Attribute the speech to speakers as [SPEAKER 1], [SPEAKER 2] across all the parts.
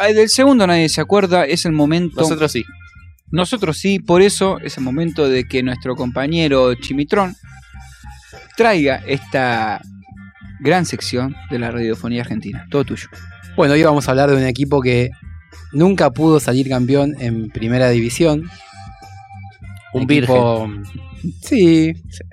[SPEAKER 1] eh, del segundo nadie se acuerda, es el momento. Nosotros,
[SPEAKER 2] Nosotros sí.
[SPEAKER 1] sí, por eso es el momento de que nuestro compañero Chimitrón traiga esta gran sección de la radiofonía argentina. Todo tuyo.
[SPEAKER 3] Bueno, hoy vamos a hablar de un equipo que nunca pudo salir campeón en primera división.
[SPEAKER 2] Un virgen.
[SPEAKER 3] Equipo- Sí,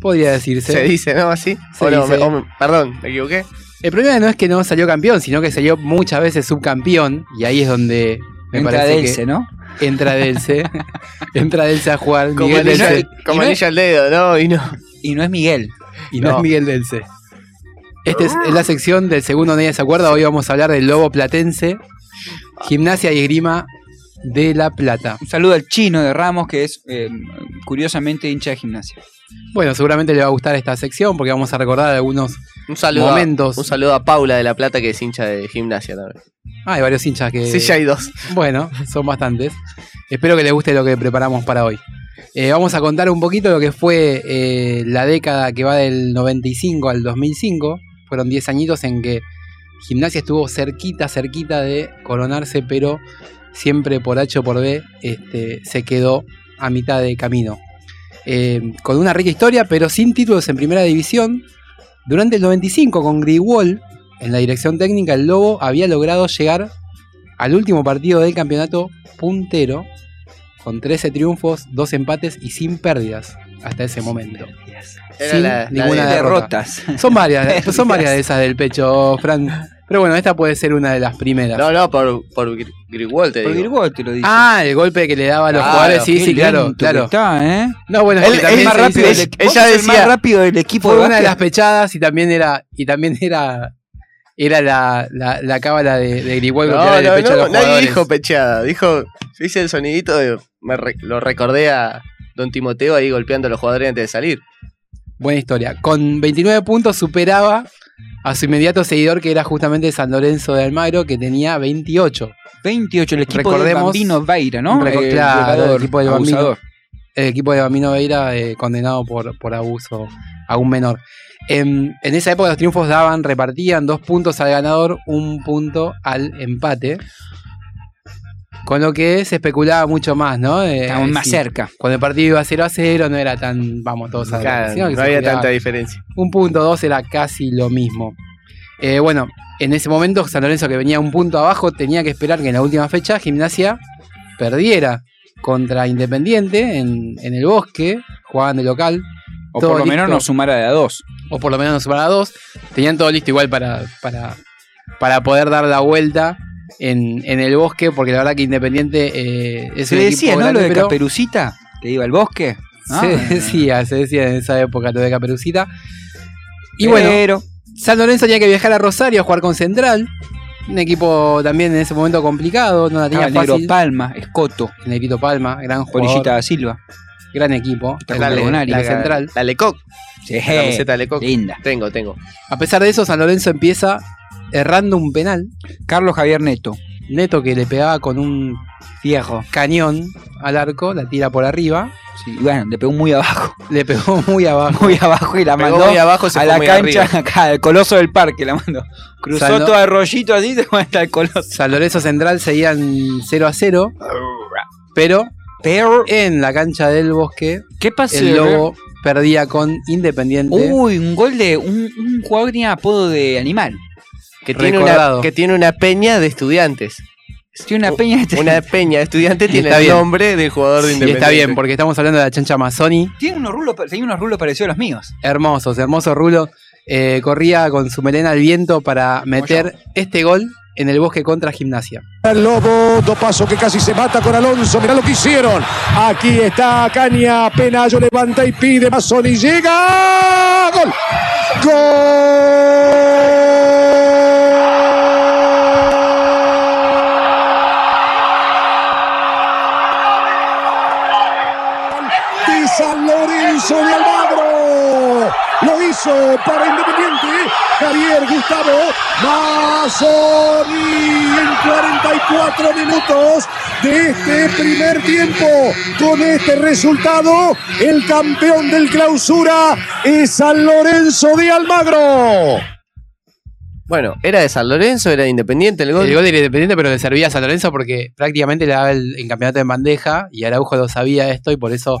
[SPEAKER 3] podría decirse.
[SPEAKER 2] Se dice, ¿no? Así.
[SPEAKER 3] Se
[SPEAKER 2] O no,
[SPEAKER 3] dice.
[SPEAKER 2] me- o me- perdón, me equivoqué.
[SPEAKER 3] El problema no es que no salió campeón, sino que salió muchas veces subcampeón. Y ahí es donde me
[SPEAKER 1] Entra
[SPEAKER 3] parece
[SPEAKER 1] Delce, ¿no?
[SPEAKER 3] que entra Delce. entra Delce a jugar.
[SPEAKER 2] Como
[SPEAKER 3] Miguel
[SPEAKER 2] anilla,
[SPEAKER 3] Delce.
[SPEAKER 2] como
[SPEAKER 1] Y no-
[SPEAKER 2] anilla al dedo, ¿no? Y no.
[SPEAKER 1] Y no es Miguel.
[SPEAKER 3] Y no,
[SPEAKER 2] No.
[SPEAKER 3] es Miguel Delce. Esta es la sección del segundo Nadie se acuerda. Hoy vamos a hablar del Lobo Platense, Gimnasia y Esgrima de La Plata.
[SPEAKER 1] Un saludo al chino de Ramos, que es eh, curiosamente hincha de gimnasia.
[SPEAKER 3] Bueno, seguramente le va a gustar esta sección porque vamos a recordar algunos.
[SPEAKER 2] Un saludo, a-
[SPEAKER 3] Momentos.
[SPEAKER 2] un saludo a Paula de La Plata, que es hincha de gimnasia también.
[SPEAKER 3] Ah, hay varios hinchas que.
[SPEAKER 2] Sí, ya hay dos.
[SPEAKER 3] Bueno, son bastantes. Espero que les guste lo que preparamos para hoy. Eh, vamos a contar un poquito lo que fue eh, la década que va del 95 al 2005. Fueron 10 añitos en que Gimnasia estuvo cerquita, cerquita de coronarse, pero siempre por H o por B este, se quedó a mitad de camino. Eh, con una rica historia, pero sin títulos en primera división. Durante el 95, con Grigol en la dirección técnica, el Lobo había logrado llegar al último partido del campeonato puntero, con 13 triunfos, 2 empates y sin pérdidas hasta ese Este momento.
[SPEAKER 2] Era
[SPEAKER 3] Sin
[SPEAKER 2] la- la
[SPEAKER 3] ninguna
[SPEAKER 2] de-
[SPEAKER 3] derrota.
[SPEAKER 1] Derrotas.
[SPEAKER 3] Son varias, son varias de esas del pecho, Fran. Pero bueno, esta puede ser una de las primeras.
[SPEAKER 2] No, no, por, por Gr- Grigol te
[SPEAKER 1] Por
[SPEAKER 2] digo.
[SPEAKER 1] Virgo te lo dice.
[SPEAKER 3] Ah, el golpe que le daba a los
[SPEAKER 2] Claro,
[SPEAKER 3] jugadores, sí,
[SPEAKER 1] Qué
[SPEAKER 3] sí, claro,
[SPEAKER 1] lento que
[SPEAKER 3] claro.
[SPEAKER 1] Está, ¿eh?
[SPEAKER 3] No, bueno, es
[SPEAKER 2] Él-
[SPEAKER 3] que
[SPEAKER 2] él
[SPEAKER 3] también
[SPEAKER 2] es más
[SPEAKER 3] se
[SPEAKER 2] rápido
[SPEAKER 3] hizo-
[SPEAKER 2] del-
[SPEAKER 1] equ-
[SPEAKER 2] ella
[SPEAKER 1] vos sos
[SPEAKER 2] decía-
[SPEAKER 1] rápido del equipo.
[SPEAKER 3] fue
[SPEAKER 1] de
[SPEAKER 3] una de las
[SPEAKER 1] básquet.
[SPEAKER 3] pechadas y también era, y también era, era la, la, la cábala de, de Grigol
[SPEAKER 2] No,
[SPEAKER 3] golpear el
[SPEAKER 2] no,
[SPEAKER 3] pecho a
[SPEAKER 2] no,
[SPEAKER 3] los
[SPEAKER 2] nadie
[SPEAKER 3] jugadores.
[SPEAKER 2] dijo pecheada. Dijo, yo hice el sonidito, de- me re- lo recordé a Don Timoteo ahí golpeando a los jugadores antes de salir.
[SPEAKER 3] Buena historia. Con 29 puntos superaba a su inmediato seguidor que era justamente San Lorenzo de Almagro, que tenía 28.
[SPEAKER 1] 28, el equipo
[SPEAKER 3] Recordemos-
[SPEAKER 1] del Bambino Veira, ¿no?
[SPEAKER 3] Reco- claro,
[SPEAKER 1] violador,
[SPEAKER 3] el equipo del Bambino.
[SPEAKER 1] abusador.
[SPEAKER 3] el equipo de Bambino Veira eh, condenado por, por abuso a un menor. Em, en esa época los triunfos daban, repartían dos puntos al ganador, un punto al empate. Con lo que se especulaba mucho más, ¿no? Eh,
[SPEAKER 1] Estamos más
[SPEAKER 3] si-
[SPEAKER 1] cerca.
[SPEAKER 3] Cuando el partido iba 0 a 0 no era tan, vamos todos a
[SPEAKER 2] Claro,
[SPEAKER 3] sino que
[SPEAKER 2] no
[SPEAKER 3] se
[SPEAKER 2] había
[SPEAKER 3] especulaba
[SPEAKER 2] tanta diferencia.
[SPEAKER 3] un punto, dos era casi lo mismo. Eh, bueno, en ese momento San Lorenzo que venía un punto abajo tenía que esperar que en la última fecha Gimnasia perdiera contra Independiente en, en el bosque, jugaban de local,
[SPEAKER 1] O
[SPEAKER 3] todo
[SPEAKER 1] por lo menos
[SPEAKER 3] listo.
[SPEAKER 1] nos sumara de a dos.
[SPEAKER 3] o por lo menos nos separaba dos. Tenían todo listo igual para, para, para poder dar la vuelta en, en el bosque, porque la verdad que Independiente eh, es
[SPEAKER 1] Se
[SPEAKER 3] un
[SPEAKER 1] le
[SPEAKER 3] equipo
[SPEAKER 1] decía, ¿no? Lo
[SPEAKER 3] grande,
[SPEAKER 1] de
[SPEAKER 3] pero-
[SPEAKER 1] Caperucita, Ah. que iba al bosque. ¿no?
[SPEAKER 3] Se decía, se decía en esa época lo de Caperucita. Y
[SPEAKER 1] Pero-
[SPEAKER 3] bueno, San Lorenzo tenía que viajar a Rosario a jugar con Central. Un equipo también en ese momento complicado, no la
[SPEAKER 1] estaba
[SPEAKER 3] tenía
[SPEAKER 1] Ah, el negro
[SPEAKER 3] fácil.
[SPEAKER 1] Palma, Escoto,
[SPEAKER 3] El Negrito Palma, gran
[SPEAKER 1] Polillita
[SPEAKER 3] jugador,
[SPEAKER 1] da Silva.
[SPEAKER 3] gran equipo.
[SPEAKER 1] Está
[SPEAKER 3] el
[SPEAKER 1] con
[SPEAKER 3] de-
[SPEAKER 1] Leonari,
[SPEAKER 3] de Central.
[SPEAKER 2] La Lecoq,
[SPEAKER 1] Sí,
[SPEAKER 2] la camiseta de Lecoq.
[SPEAKER 1] linda.
[SPEAKER 2] Tengo, tengo.
[SPEAKER 3] A pesar de eso, San Lorenzo empieza errando un penal.
[SPEAKER 1] Carlos Javier Neto,
[SPEAKER 3] Neto que le pegaba con un
[SPEAKER 1] viejo.
[SPEAKER 3] cañón al arco, la tira por arriba,
[SPEAKER 1] Sí, y bueno, le pegó muy abajo,
[SPEAKER 3] le pegó muy abajo.
[SPEAKER 1] muy abajo y la
[SPEAKER 2] Pegó
[SPEAKER 1] mandó
[SPEAKER 2] muy abajo, se
[SPEAKER 1] a
[SPEAKER 2] fue
[SPEAKER 1] la
[SPEAKER 2] muy
[SPEAKER 1] cancha,
[SPEAKER 2] arriba.
[SPEAKER 1] acá, al coloso del parque la mandó. Cruzó
[SPEAKER 3] Saldó.
[SPEAKER 1] todo el rollito así, se fue hasta el coloso.
[SPEAKER 3] San Lorenzo Central seguían 0 a 0, pero
[SPEAKER 1] Pero,
[SPEAKER 3] en la cancha del bosque
[SPEAKER 1] ¿qué pasó?
[SPEAKER 3] el Lobo perdía con Independiente.
[SPEAKER 1] Uy, un gol de un, un jugador que tenía apodo de animal.
[SPEAKER 2] Que tiene, una,
[SPEAKER 3] Recordado.
[SPEAKER 2] que tiene una peña de estudiantes.
[SPEAKER 1] Tiene una
[SPEAKER 2] U-
[SPEAKER 1] peña de-
[SPEAKER 2] Una peña de estudiantes
[SPEAKER 3] Y
[SPEAKER 2] tiene
[SPEAKER 3] está
[SPEAKER 2] el
[SPEAKER 3] bien.
[SPEAKER 2] nombre del jugador de
[SPEAKER 3] Y
[SPEAKER 2] Independiente.
[SPEAKER 3] está bien, porque estamos hablando de la chancha Mazzoni.
[SPEAKER 1] Tiene unos rulos, pa- tenía unos rulos parecidos a los míos.
[SPEAKER 3] Hermosos, hermosos rulos. Eh, corría con su melena al viento para meter este gol en el bosque contra gimnasia.
[SPEAKER 4] El Lobo, dos pasos que casi se mata con Alonso. Mirá lo que hicieron. Aquí está Caña. Penayo levanta y pide. Mazzoni llega. ¡Gol! ¡Gol! De San Lorenzo de Almagro. Lo hizo para Independiente. Javier Gustavo Mazzoni en 44 minutos de este primer tiempo. Con este resultado, el campeón del clausura es San Lorenzo de Almagro.
[SPEAKER 2] Bueno, ¿era de San Lorenzo? ¿Era de Independiente el gol?
[SPEAKER 3] El gol era independiente, pero le servía a San Lorenzo porque prácticamente le daba el, el campeonato en bandeja y Araujo lo sabía esto y por eso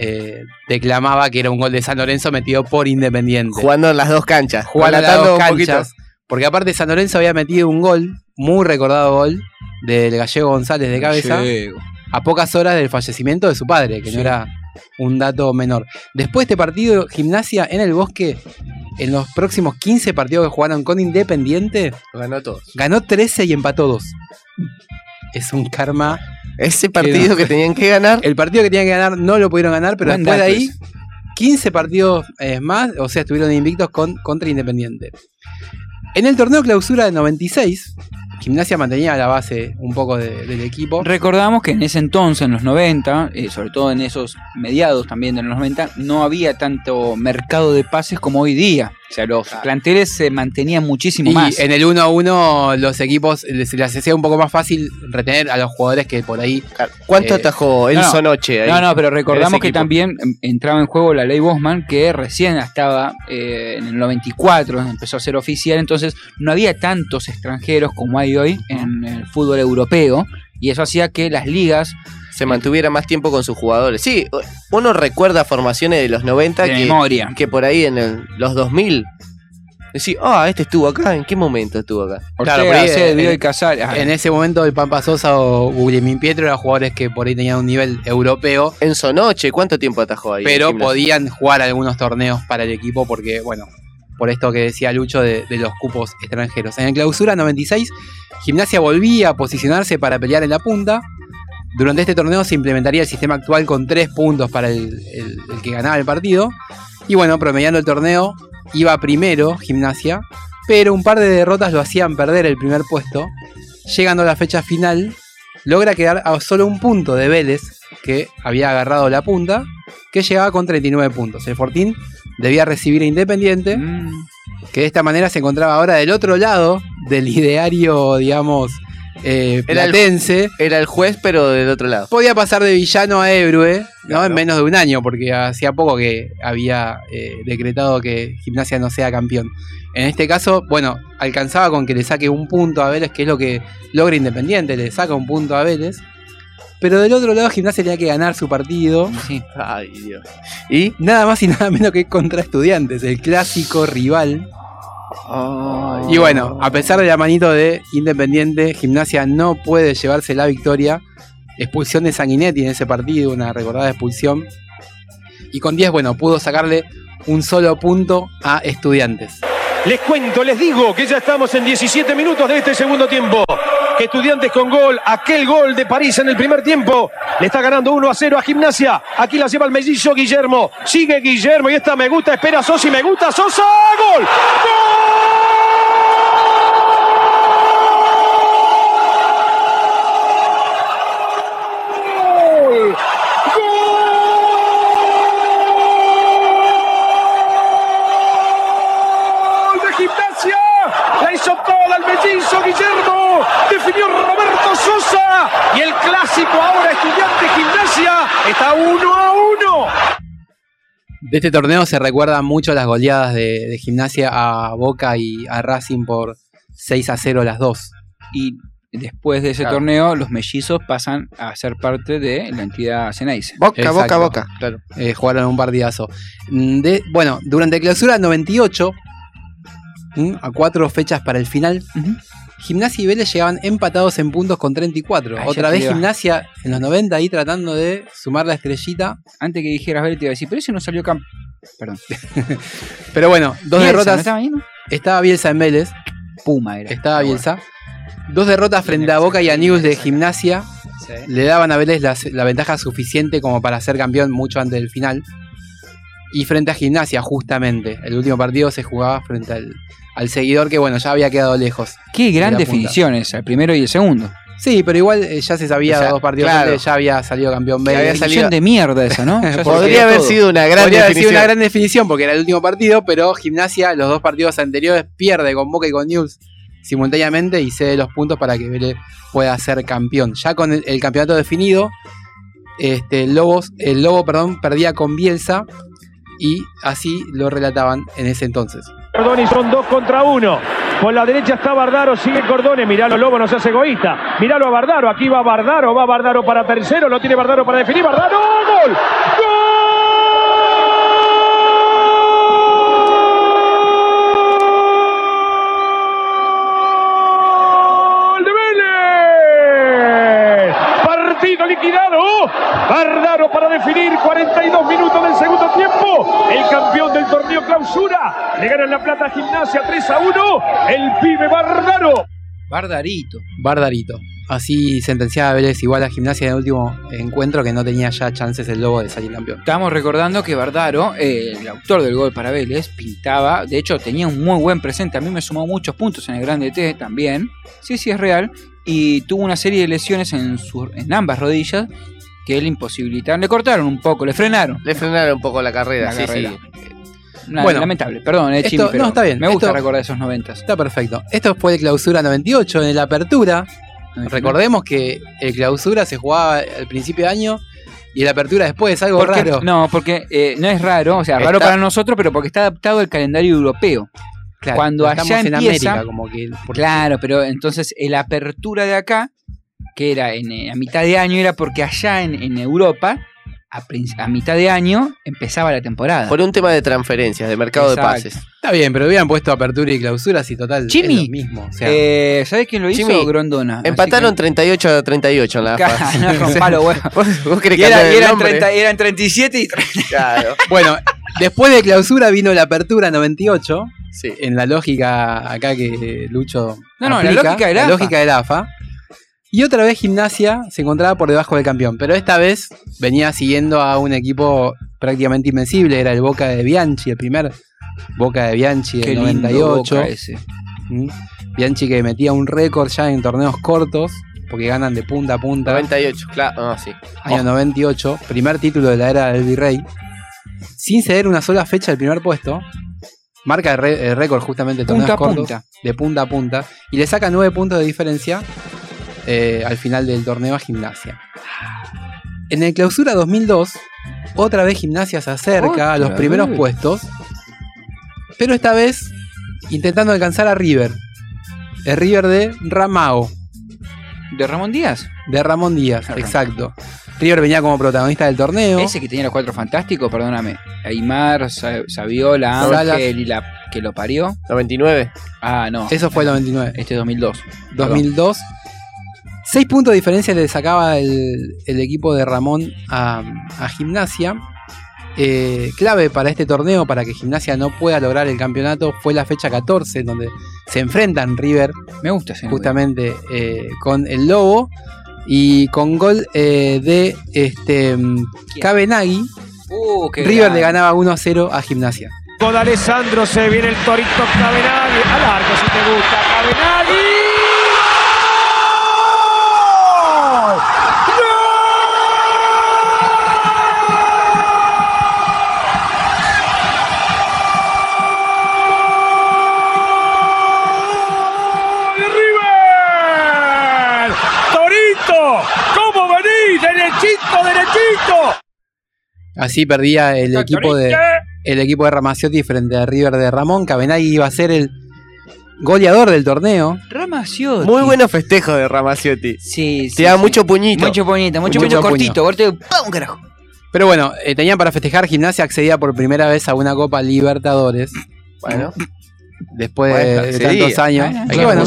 [SPEAKER 3] eh, declamaba que era un gol de San Lorenzo metido por Independiente.
[SPEAKER 2] Jugando en las dos canchas.
[SPEAKER 3] Jugando a las
[SPEAKER 2] Relatando
[SPEAKER 3] dos
[SPEAKER 2] un poquito.
[SPEAKER 3] canchas. Porque aparte San Lorenzo había metido un gol, muy recordado gol, del gallego González de cabeza,
[SPEAKER 1] Gallego.
[SPEAKER 3] a pocas horas del fallecimiento de su padre, que
[SPEAKER 1] Sí.
[SPEAKER 3] no era un dato menor. Después de este partido, Gimnasia en el Bosque, en los próximos 15 partidos que jugaron con Independiente,
[SPEAKER 2] Ganó todos.
[SPEAKER 3] ganó 13 y empató 2. Es un karma.
[SPEAKER 2] Ese partido que tenían que ganar.
[SPEAKER 3] El partido que tenían que ganar no lo pudieron ganar, pero
[SPEAKER 1] Buen
[SPEAKER 3] después de
[SPEAKER 1] dato
[SPEAKER 3] ahí, 15 partidos eh, más, o sea, estuvieron invictos con, contra Independiente. En el torneo clausura del 96, Gimnasia mantenía la base un poco de- del equipo.
[SPEAKER 1] Recordamos que en ese entonces, en los 90, eh, sobre todo en esos mediados también de los 90, no había tanto mercado de pases como hoy día. O sea, los planteles se mantenían muchísimo
[SPEAKER 3] Y
[SPEAKER 1] más.
[SPEAKER 3] en el 1 a 1 los equipos les, les hacía un poco más fácil retener a los jugadores que por ahí
[SPEAKER 2] ¿Cuánto
[SPEAKER 3] Eh,
[SPEAKER 2] atajó el
[SPEAKER 1] no, no.
[SPEAKER 2] Sonoche ahí?
[SPEAKER 1] No, no, pero recordamos
[SPEAKER 2] ese
[SPEAKER 1] que
[SPEAKER 2] equipo.
[SPEAKER 1] también em, entraba en juego la ley Bosman, que recién estaba eh, en el 94, empezó a ser oficial, entonces no había tantos extranjeros como hay hoy en el fútbol europeo, y eso hacía que las ligas
[SPEAKER 2] Se mantuviera más tiempo con sus jugadores. Sí, uno recuerda formaciones de los 90
[SPEAKER 1] de
[SPEAKER 2] que,
[SPEAKER 1] memoria,
[SPEAKER 2] que por ahí en el- los 2000. Decís, ah, este estuvo acá. ¿En qué momento estuvo acá?
[SPEAKER 3] Claro,
[SPEAKER 1] Ortega,
[SPEAKER 3] por ahí,
[SPEAKER 1] Acevedo,
[SPEAKER 3] en-
[SPEAKER 1] Vidal y Casares, ah,
[SPEAKER 3] En ese momento el Pampa Sosa o Guglielmin Pietro eran jugadores que por ahí tenían un nivel europeo,
[SPEAKER 2] En Sonoche, ¿cuánto tiempo atajó ahí?
[SPEAKER 3] pero
[SPEAKER 2] en Gimnasia?
[SPEAKER 3] podían jugar algunos torneos para el equipo porque, bueno, por esto que decía Lucho de, de los cupos extranjeros. En el clausura 96, Gimnasia volvía a posicionarse para pelear en la punta. Durante este torneo se implementaría el sistema actual con tres puntos para el, el- el que ganaba el partido. Y bueno, promediando el torneo, iba primero Gimnasia, pero un par de derrotas lo hacían perder el primer puesto. Llegando a la fecha final, logra quedar a solo un punto de Vélez, que había agarrado la punta, que llegaba con 39 puntos. El Fortín debía recibir a Independiente
[SPEAKER 1] mm,
[SPEAKER 3] que de esta manera se encontraba ahora del otro lado del ideario, digamos, eh,
[SPEAKER 2] Era el-
[SPEAKER 3] platense.
[SPEAKER 2] Era el juez, pero del otro lado.
[SPEAKER 3] Podía pasar de villano a héroe, ¿no?
[SPEAKER 2] Claro.
[SPEAKER 3] En menos de un año, porque hacía poco que había eh, decretado que Gimnasia no sea campeón. En este caso, bueno, alcanzaba con que le saque un punto a Vélez, que es lo que logra Independiente, le saca un punto a Vélez. Pero del otro lado, Gimnasia tenía que ganar su partido.
[SPEAKER 1] sí.
[SPEAKER 2] Ay, Dios. ¿Y?
[SPEAKER 3] Nada más y nada menos que contra Estudiantes, el clásico rival. Y bueno, a pesar de la manito de Independiente, Gimnasia no puede llevarse la victoria. Expulsión de Sanguinetti en ese partido, una recordada expulsión. Y con 10, bueno, pudo sacarle un solo punto a Estudiantes.
[SPEAKER 5] Les cuento, les digo que ya estamos en 17 minutos de este segundo tiempo. Estudiantes con gol, aquel gol de París en el primer tiempo. Le está ganando 1 a 0 a Gimnasia. Aquí la lleva el mellizo Guillermo. Sigue Guillermo y esta me gusta, espera Sosa y me gusta Sosa. ¡Gol! ¡Gol! ¡Gol de Gimnasia! La hizo toda el mellizo Guillermo. Definió Roberto Sosa. Y el clásico ahora estudiante Gimnasia está uno a uno.
[SPEAKER 3] De este torneo se recuerdan mucho las goleadas de, de Gimnasia a Boca y a Racing por 6 a 0 las dos.
[SPEAKER 1] Y después de ese
[SPEAKER 2] Claro.
[SPEAKER 1] torneo, los mellizos pasan a ser parte de la entidad Ceneice.
[SPEAKER 2] Boca, boca,
[SPEAKER 3] Exacto.
[SPEAKER 2] boca. Claro.
[SPEAKER 3] eh, jugaron un partidazo. Mm, de- bueno, durante clausura 98, mm, a cuatro fechas para el final,
[SPEAKER 1] Ujú.
[SPEAKER 3] Gimnasia y Vélez llegaban empatados en puntos con 34.
[SPEAKER 1] Ahí ya
[SPEAKER 3] Otra
[SPEAKER 1] te
[SPEAKER 3] vez
[SPEAKER 1] iba.
[SPEAKER 3] Gimnasia en los 90 ahí tratando de sumar la estrellita.
[SPEAKER 1] Antes que dijeras, ver, te iba a decir, pero ese no salió campeón. Perdón.
[SPEAKER 3] Pero bueno, dos
[SPEAKER 1] Bielsa, ¿no
[SPEAKER 3] derrotas.
[SPEAKER 1] estaba ahí, no?
[SPEAKER 3] Estaba Bielsa en Vélez,
[SPEAKER 1] Puma era.
[SPEAKER 3] estaba
[SPEAKER 1] Pero
[SPEAKER 3] Bielsa. Dos derrotas frente a Boca y a News de Gimnasia
[SPEAKER 1] bueno, sí.
[SPEAKER 3] le daban a Vélez la, la ventaja suficiente como para ser campeón mucho antes del final. Y frente a Gimnasia, justamente. El último partido se jugaba frente al, al seguidor que, bueno, ya había quedado lejos.
[SPEAKER 1] Qué gran
[SPEAKER 3] punta.
[SPEAKER 1] definición esa, el primero y el segundo.
[SPEAKER 3] Sí, pero igual eh, ya se sabía
[SPEAKER 2] O sea,
[SPEAKER 3] dos partidos
[SPEAKER 2] claro.
[SPEAKER 3] antes, ya había salido campeón
[SPEAKER 2] había
[SPEAKER 3] Vélez.
[SPEAKER 1] Definición
[SPEAKER 2] salido-
[SPEAKER 1] de mierda esa, ¿no? Ya se
[SPEAKER 2] Podría
[SPEAKER 1] quedó
[SPEAKER 2] haber
[SPEAKER 1] todo.
[SPEAKER 2] sido una gran
[SPEAKER 3] Podría haber sido
[SPEAKER 2] definición.
[SPEAKER 3] una gran definición porque era el último partido, pero Gimnasia, los dos partidos anteriores, pierde con Boca y con News simultáneamente y cede los puntos para que Vélez pueda ser campeón. Ya con el, el campeonato definido, este, Lobos, el Lobo perdón, perdía con Bielsa y así lo relataban en ese entonces.
[SPEAKER 5] Cordoni son dos contra uno. Por la derecha está Bardaro, sigue Cordones. Miralo, Lobo, no seas egoísta. Miralo a Bardaro. Aquí va Bardaro, va Bardaro para tercero. Lo tiene Bardaro para definir. Bardaro, gol. ¡Gol! ¡De Vélez! Partido liquidado. Bardaro para definir 42 minutos del segundo tiempo. El campeón del torneo clausura. Le ganan la plata a gimnasia 3 a 1. El pibe Bardaro.
[SPEAKER 1] Bardarito.
[SPEAKER 3] Bardarito. Así sentenciaba Vélez igual a gimnasia en el último encuentro que no tenía ya chances el lobo de salir campeón.
[SPEAKER 1] Estamos recordando que Bardaro, eh, el autor del gol para Vélez, pintaba, de hecho tenía un muy buen presente, a mí me sumó muchos puntos en el Grande T también, sí, sí es real, y tuvo una serie de lesiones en, su- en ambas rodillas que le imposibilitaron, le cortaron un poco, le frenaron.
[SPEAKER 2] Le frenaron un poco la carrera,
[SPEAKER 1] La
[SPEAKER 2] sí,
[SPEAKER 1] carrera.
[SPEAKER 2] sí.
[SPEAKER 1] Nada,
[SPEAKER 3] Bueno,
[SPEAKER 1] lamentable, perdón, eh,
[SPEAKER 3] esto-
[SPEAKER 1] Chimi, pero
[SPEAKER 3] no, está bien,
[SPEAKER 1] me gusta
[SPEAKER 3] esto-
[SPEAKER 1] recordar esos noventas.
[SPEAKER 3] Está perfecto. Esto fue de clausura 98, en la apertura. Recordemos que el clausura se jugaba al principio de año y la apertura después, algo
[SPEAKER 1] Porque-
[SPEAKER 3] raro.
[SPEAKER 1] No, porque eh, no es raro, o sea, raro
[SPEAKER 2] Está-
[SPEAKER 1] para nosotros, pero porque está adaptado al calendario europeo.
[SPEAKER 3] Claro,
[SPEAKER 1] cuando
[SPEAKER 3] estamos
[SPEAKER 1] allá
[SPEAKER 3] en
[SPEAKER 1] empieza-
[SPEAKER 3] América, como que por-
[SPEAKER 1] Claro, pero entonces eh, la apertura de acá, que era en, eh, a mitad de año, era porque allá en, en Europa, a, princ- a mitad de año, empezaba la temporada.
[SPEAKER 2] Por un tema de transferencias, de mercado
[SPEAKER 1] Exacto.
[SPEAKER 2] de pases.
[SPEAKER 3] Está bien, pero hubieran puesto apertura y clausura, así total.
[SPEAKER 1] Jimmy.
[SPEAKER 3] Es lo mismo. o sea,
[SPEAKER 1] Eh, ¿Sabés quién lo hizo?
[SPEAKER 2] Jimmy,
[SPEAKER 1] Grondona. Así
[SPEAKER 2] Empataron 38 a 38 en la
[SPEAKER 1] que-
[SPEAKER 2] fase.
[SPEAKER 1] no rompa los huevos.
[SPEAKER 2] ¿Vos, vos querés
[SPEAKER 1] Y
[SPEAKER 2] que
[SPEAKER 1] era-
[SPEAKER 2] ande
[SPEAKER 1] y
[SPEAKER 2] el
[SPEAKER 1] eran,
[SPEAKER 2] nombre?
[SPEAKER 1] 30 eran 37 y 30.
[SPEAKER 2] Claro,
[SPEAKER 3] Bueno, después de clausura vino la apertura 98,
[SPEAKER 2] sí.
[SPEAKER 3] en la lógica acá que Lucho.
[SPEAKER 1] No, no, la lógica del
[SPEAKER 3] la
[SPEAKER 1] AFA.
[SPEAKER 3] lógica del AFA. Y otra vez Gimnasia se encontraba por debajo del campeón, pero esta vez venía siguiendo a un equipo prácticamente invencible, era el Boca de Bianchi, el primer Boca de Bianchi del 98.
[SPEAKER 1] Boca ese.
[SPEAKER 3] ¿Mm? Bianchi que metía un récord ya en torneos cortos, porque ganan de punta a punta.
[SPEAKER 2] 98, claro. Ah, sí.
[SPEAKER 1] Oh.
[SPEAKER 3] año 98, primer título de la era del Virrey, sin ceder una sola fecha del primer puesto, marca el, re- el récord justamente de torneos
[SPEAKER 1] Punta a
[SPEAKER 3] cortos,
[SPEAKER 1] punta.
[SPEAKER 3] de punta a punta, y le saca nueve puntos de diferencia eh, al final del torneo a Gimnasia. En el clausura 2002, otra vez Gimnasia se acerca a los
[SPEAKER 1] Otra
[SPEAKER 3] primeros
[SPEAKER 1] vez.
[SPEAKER 3] puestos, pero esta vez intentando alcanzar a River, el River de Ramao.
[SPEAKER 1] De Ramón Díaz.
[SPEAKER 3] De Ramón Díaz,
[SPEAKER 1] Ramón.
[SPEAKER 3] exacto. River venía como protagonista del torneo.
[SPEAKER 1] Ese que tenía los cuatro fantásticos, perdóname. Aymar, Sa- Saviola,
[SPEAKER 3] Salas.
[SPEAKER 1] Ángel y la que lo parió.
[SPEAKER 2] 99.
[SPEAKER 1] Ah, no.
[SPEAKER 3] Eso fue el 99.
[SPEAKER 1] Este 2002.
[SPEAKER 3] 2002. Seis puntos de diferencia le sacaba el, el equipo de Ramón a, a Gimnasia. Eh, clave para este torneo, para que Gimnasia no pueda lograr el campeonato, fue la fecha 14, donde se enfrentan River
[SPEAKER 1] Me gusta ese.
[SPEAKER 3] justamente eh, con el Lobo y con gol eh, de este, mm, Cabenagui.
[SPEAKER 1] Uh, qué
[SPEAKER 3] River
[SPEAKER 1] grande.
[SPEAKER 3] le ganaba 1 a 0 a Gimnasia.
[SPEAKER 5] Con Alessandro se viene el torito Cavenaghi. Al arco si te gusta. Cavenaghi. ¡Gol! de River. Torito, ¿cómo venís? Derechito, derechito.
[SPEAKER 3] Así perdía el equipo de, el equipo de Ramaciotti frente a River de Ramón. Cabenagui iba a ser el goleador del torneo.
[SPEAKER 1] Ramaciotti.
[SPEAKER 2] Muy buenos festejos de Ramaciotti.
[SPEAKER 1] Sí, sí.
[SPEAKER 2] Te da
[SPEAKER 1] sí.
[SPEAKER 2] mucho puñito.
[SPEAKER 1] Mucho puñito, mucho,
[SPEAKER 3] Mucho
[SPEAKER 1] puñito
[SPEAKER 3] puño.
[SPEAKER 1] cortito, cortito. ¡Pum, carajo!
[SPEAKER 3] Pero bueno, eh, tenían para festejar gimnasia, accedía por primera vez a una Copa Libertadores
[SPEAKER 2] Bueno, pues,
[SPEAKER 3] después
[SPEAKER 2] Bueno,
[SPEAKER 3] de
[SPEAKER 2] accedía.
[SPEAKER 3] tantos años.
[SPEAKER 1] Bueno,
[SPEAKER 3] Así que
[SPEAKER 1] claro,
[SPEAKER 3] bueno,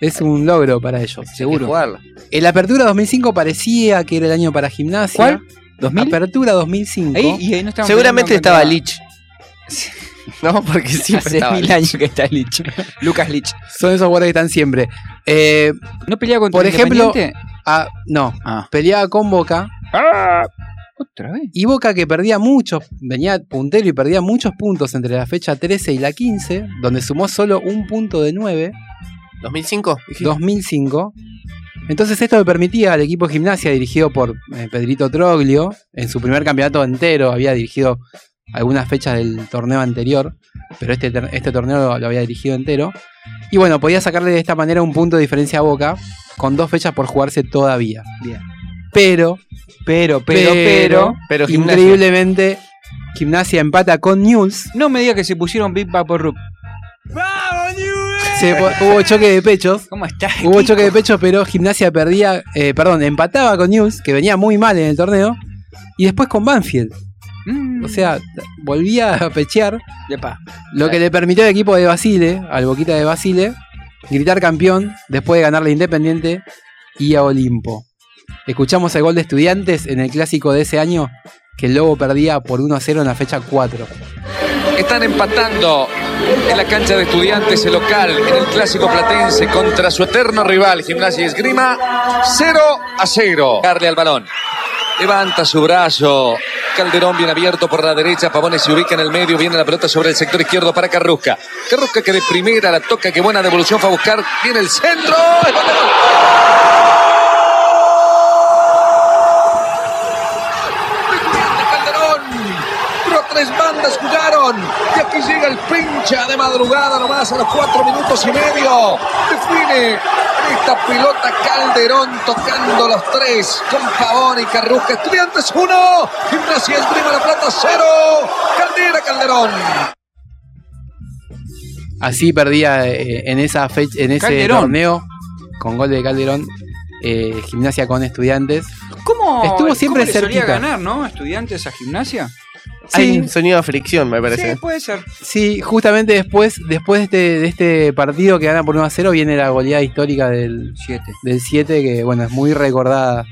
[SPEAKER 3] es un logro para ellos.
[SPEAKER 2] seguro.
[SPEAKER 1] Seguro.
[SPEAKER 3] En la apertura 2005 parecía que era el año para gimnasia.
[SPEAKER 1] ¿Cuál? ¿2000?
[SPEAKER 3] Apertura 2005.
[SPEAKER 1] Ahí, y ahí no estamos
[SPEAKER 2] Seguramente
[SPEAKER 1] peleando
[SPEAKER 2] estaba
[SPEAKER 1] contra-
[SPEAKER 2] Lich. No, porque siempre
[SPEAKER 1] Hace
[SPEAKER 2] estaba
[SPEAKER 1] mil años que está Lich. Lucas Lich.
[SPEAKER 3] Son esos jugadores que están siempre. Eh,
[SPEAKER 1] ¿No pelea contra
[SPEAKER 3] Por ejemplo-
[SPEAKER 1] Independiente?
[SPEAKER 3] ah, no,
[SPEAKER 1] Ah.
[SPEAKER 3] peleaba con Boca.
[SPEAKER 5] Ah.
[SPEAKER 1] ¿Otra vez?
[SPEAKER 3] Y Boca que perdía muchos, venía puntero y perdía muchos puntos entre la fecha 13 y la 15, donde sumó solo un punto de 9,
[SPEAKER 2] 2005.
[SPEAKER 3] 2005. Entonces esto le permitía al equipo de gimnasia dirigido por eh, Pedrito Troglio, en su primer campeonato entero había dirigido algunas fechas del torneo anterior, pero este, ter- este torneo lo, lo había dirigido entero. Y bueno, podía sacarle de esta manera un punto de diferencia a Boca, con dos fechas por jugarse todavía.
[SPEAKER 1] Bien.
[SPEAKER 3] Pero, pero, pero,
[SPEAKER 1] Pero,
[SPEAKER 3] pero,
[SPEAKER 1] pero,
[SPEAKER 2] Pero gimnasia.
[SPEAKER 3] Increíblemente, Gimnasia empata con News.
[SPEAKER 1] No me digas que se pusieron Big Bang por Rup.
[SPEAKER 3] Se po- hubo choque de pechos.
[SPEAKER 1] ¿Cómo estás?
[SPEAKER 3] Hubo choque de pechos, pero Gimnasia perdía, eh, perdón, empataba con News, que venía muy mal en el torneo. Y después con Banfield.
[SPEAKER 1] Mm.
[SPEAKER 3] O sea, t- volvía a pechear.
[SPEAKER 1] Epa.
[SPEAKER 3] Lo que le permitió al equipo de Basile, al Boquita de Basile, gritar campeón después de ganarle a Independiente y a Olimpo. Escuchamos el gol de Estudiantes en el clásico de ese año que el Lobo perdía por 1 a 0 en la fecha 4.
[SPEAKER 6] Están empatando en la cancha de estudiantes el local en el clásico platense contra su eterno rival Gimnasia y Esgrima 0 a 0. Darle al balón. Levanta su brazo. Calderón bien abierto por la derecha. Pavones se ubica en el medio. Viene la pelota sobre el sector izquierdo para Carrusca. Carrusca que de primera la toca. Qué buena devolución fue a buscar. Viene el centro. ¡Es gol de gol! de Calderón. Pero tres bandas jugaron. Y aquí llega el pincha de madrugada nomás a los cuatro minutos y medio. Define esta pelota Calderón tocando los tres con Pavón y Carrusca. Estudiantes uno. Gimnasia el primo de la plata cero. Caldera Calderón.
[SPEAKER 3] Así perdía eh, en esa fecha, en ese
[SPEAKER 1] Calderón.
[SPEAKER 3] torneo con gol de Calderón, eh, gimnasia con estudiantes.
[SPEAKER 1] ¿Cómo?
[SPEAKER 3] Estuvo siempre
[SPEAKER 1] ¿cómo le solía
[SPEAKER 3] cerquita.
[SPEAKER 1] ganar, ¿no? Estudiantes a gimnasia.
[SPEAKER 2] Hay
[SPEAKER 3] Sí,
[SPEAKER 2] un sonido de fricción, me
[SPEAKER 1] Sí,
[SPEAKER 2] parece.
[SPEAKER 1] puede ser.
[SPEAKER 3] sí, justamente después, después de, este, de este partido que gana por 1 a 0 viene la goleada histórica del,
[SPEAKER 1] Siete.
[SPEAKER 3] del 7, que bueno, es muy recordada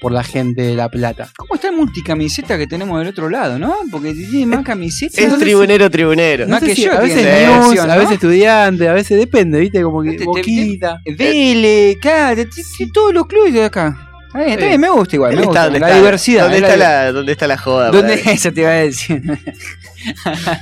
[SPEAKER 3] por la gente de La Plata.
[SPEAKER 1] ¿Cómo está el multicamiseta que tenemos del otro lado, no? Porque tiene más camisetas.
[SPEAKER 2] Es tribunero, tribunero.
[SPEAKER 1] No,
[SPEAKER 3] No sé
[SPEAKER 1] que
[SPEAKER 3] si
[SPEAKER 1] yo
[SPEAKER 3] a veces
[SPEAKER 1] tiene la
[SPEAKER 3] news,
[SPEAKER 1] versión,
[SPEAKER 3] a
[SPEAKER 1] ¿no?
[SPEAKER 3] veces estudiante, a veces depende, viste, como que
[SPEAKER 1] Te- te-
[SPEAKER 3] boquita.
[SPEAKER 1] Vélez, claro, t- t- todos los clubes de acá. Está bien, está bien, me gusta igual, me
[SPEAKER 2] ¿Dónde está,
[SPEAKER 1] gusta.
[SPEAKER 2] dónde
[SPEAKER 1] la
[SPEAKER 2] está?
[SPEAKER 1] diversidad.
[SPEAKER 2] ¿Dónde
[SPEAKER 1] es la
[SPEAKER 2] está,
[SPEAKER 1] diver-
[SPEAKER 2] la, ¿Dónde está la joda?
[SPEAKER 1] ¿Dónde
[SPEAKER 2] Brian?
[SPEAKER 1] eso te iba a decir?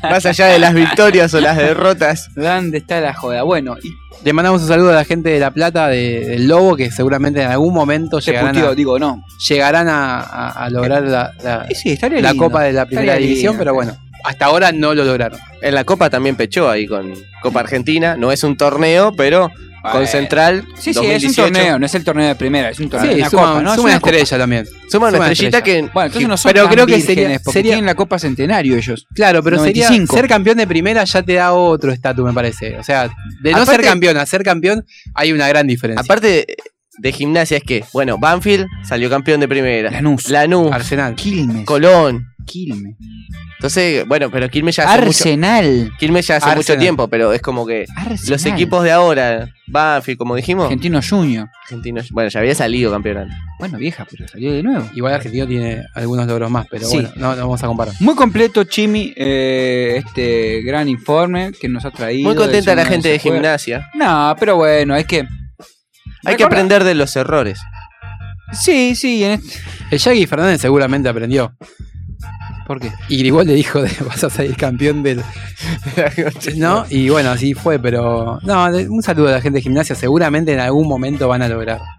[SPEAKER 2] Más allá de las victorias o las derrotas.
[SPEAKER 1] ¿Dónde está la joda? Bueno, y
[SPEAKER 3] Le mandamos un saludo a la gente de La Plata, de- del Lobo, que seguramente en algún momento
[SPEAKER 1] se
[SPEAKER 3] llegarán
[SPEAKER 1] puteó,
[SPEAKER 3] a,
[SPEAKER 1] digo, no.
[SPEAKER 3] llegarán a, a- a lograr la, la-
[SPEAKER 1] Eh, sí, estaría
[SPEAKER 3] la
[SPEAKER 1] lindo,
[SPEAKER 3] Copa de la Primera
[SPEAKER 1] estaría
[SPEAKER 3] División,
[SPEAKER 1] lindo.
[SPEAKER 3] pero bueno, hasta ahora no lo lograron.
[SPEAKER 2] En la Copa también pechó ahí con Copa Argentina. No es un torneo, pero con Central.
[SPEAKER 1] Sí, sí, es
[SPEAKER 2] 2018,
[SPEAKER 1] un torneo, no es el torneo de primera, es un torneo.
[SPEAKER 3] Sí,
[SPEAKER 1] una
[SPEAKER 3] suma,
[SPEAKER 1] copa, ¿no?
[SPEAKER 3] suma
[SPEAKER 1] Es
[SPEAKER 3] una
[SPEAKER 1] copa.
[SPEAKER 3] estrella también.
[SPEAKER 2] Suma una
[SPEAKER 3] Suma
[SPEAKER 2] estrellita que.
[SPEAKER 1] Bueno, entonces no son
[SPEAKER 3] Pero
[SPEAKER 1] tan
[SPEAKER 3] creo que
[SPEAKER 1] vírgenes,
[SPEAKER 3] sería-
[SPEAKER 1] porque
[SPEAKER 3] sería-
[SPEAKER 1] tienen la Copa Centenario ellos.
[SPEAKER 3] Claro, pero sería
[SPEAKER 1] 95.
[SPEAKER 3] ser campeón de primera ya te da otro estatus, me parece. O sea, de no ser
[SPEAKER 2] Aparte-
[SPEAKER 3] campeón a ser campeón hay una gran diferencia.
[SPEAKER 2] Aparte de gimnasia, es que, bueno, Banfield salió campeón de primera.
[SPEAKER 1] Lanús.
[SPEAKER 2] Lanús,
[SPEAKER 3] Arsenal.
[SPEAKER 1] Quilmes.
[SPEAKER 2] Colón.
[SPEAKER 1] Quilmes.
[SPEAKER 2] Entonces, bueno, pero Quilmes ya hace, mucho,
[SPEAKER 1] Arsenal.
[SPEAKER 2] Quilmes ya hace mucho
[SPEAKER 3] Arsenal.
[SPEAKER 2] tiempo, pero es como que
[SPEAKER 1] Arsenal.
[SPEAKER 2] los equipos de ahora, Banfield, como dijimos,
[SPEAKER 1] Argentino Junior.
[SPEAKER 2] argentinos- bueno, ya había salido campeón.
[SPEAKER 1] Bueno, vieja, pero salió de nuevo.
[SPEAKER 3] Igual Argentino tiene algunos logros más, pero
[SPEAKER 1] Sí.
[SPEAKER 3] bueno, no, no vamos a comparar.
[SPEAKER 1] Muy completo, Chimi, eh, este gran informe que nos ha traído.
[SPEAKER 2] Muy contenta
[SPEAKER 1] del
[SPEAKER 2] la
[SPEAKER 1] segundo
[SPEAKER 2] gente de
[SPEAKER 1] ese juego.
[SPEAKER 2] gimnasia.
[SPEAKER 1] No, pero bueno, es que.
[SPEAKER 2] Hay que aprender de los errores.
[SPEAKER 1] Sí, sí, en este-
[SPEAKER 3] El Yagi Fernández seguramente aprendió.
[SPEAKER 1] ¿Por qué?
[SPEAKER 3] Y Grigol le dijo, de, vas a salir campeón del... ¿No? Y bueno, así fue, pero... No, de- un saludo a la gente de gimnasia. Seguramente en algún momento van a lograr.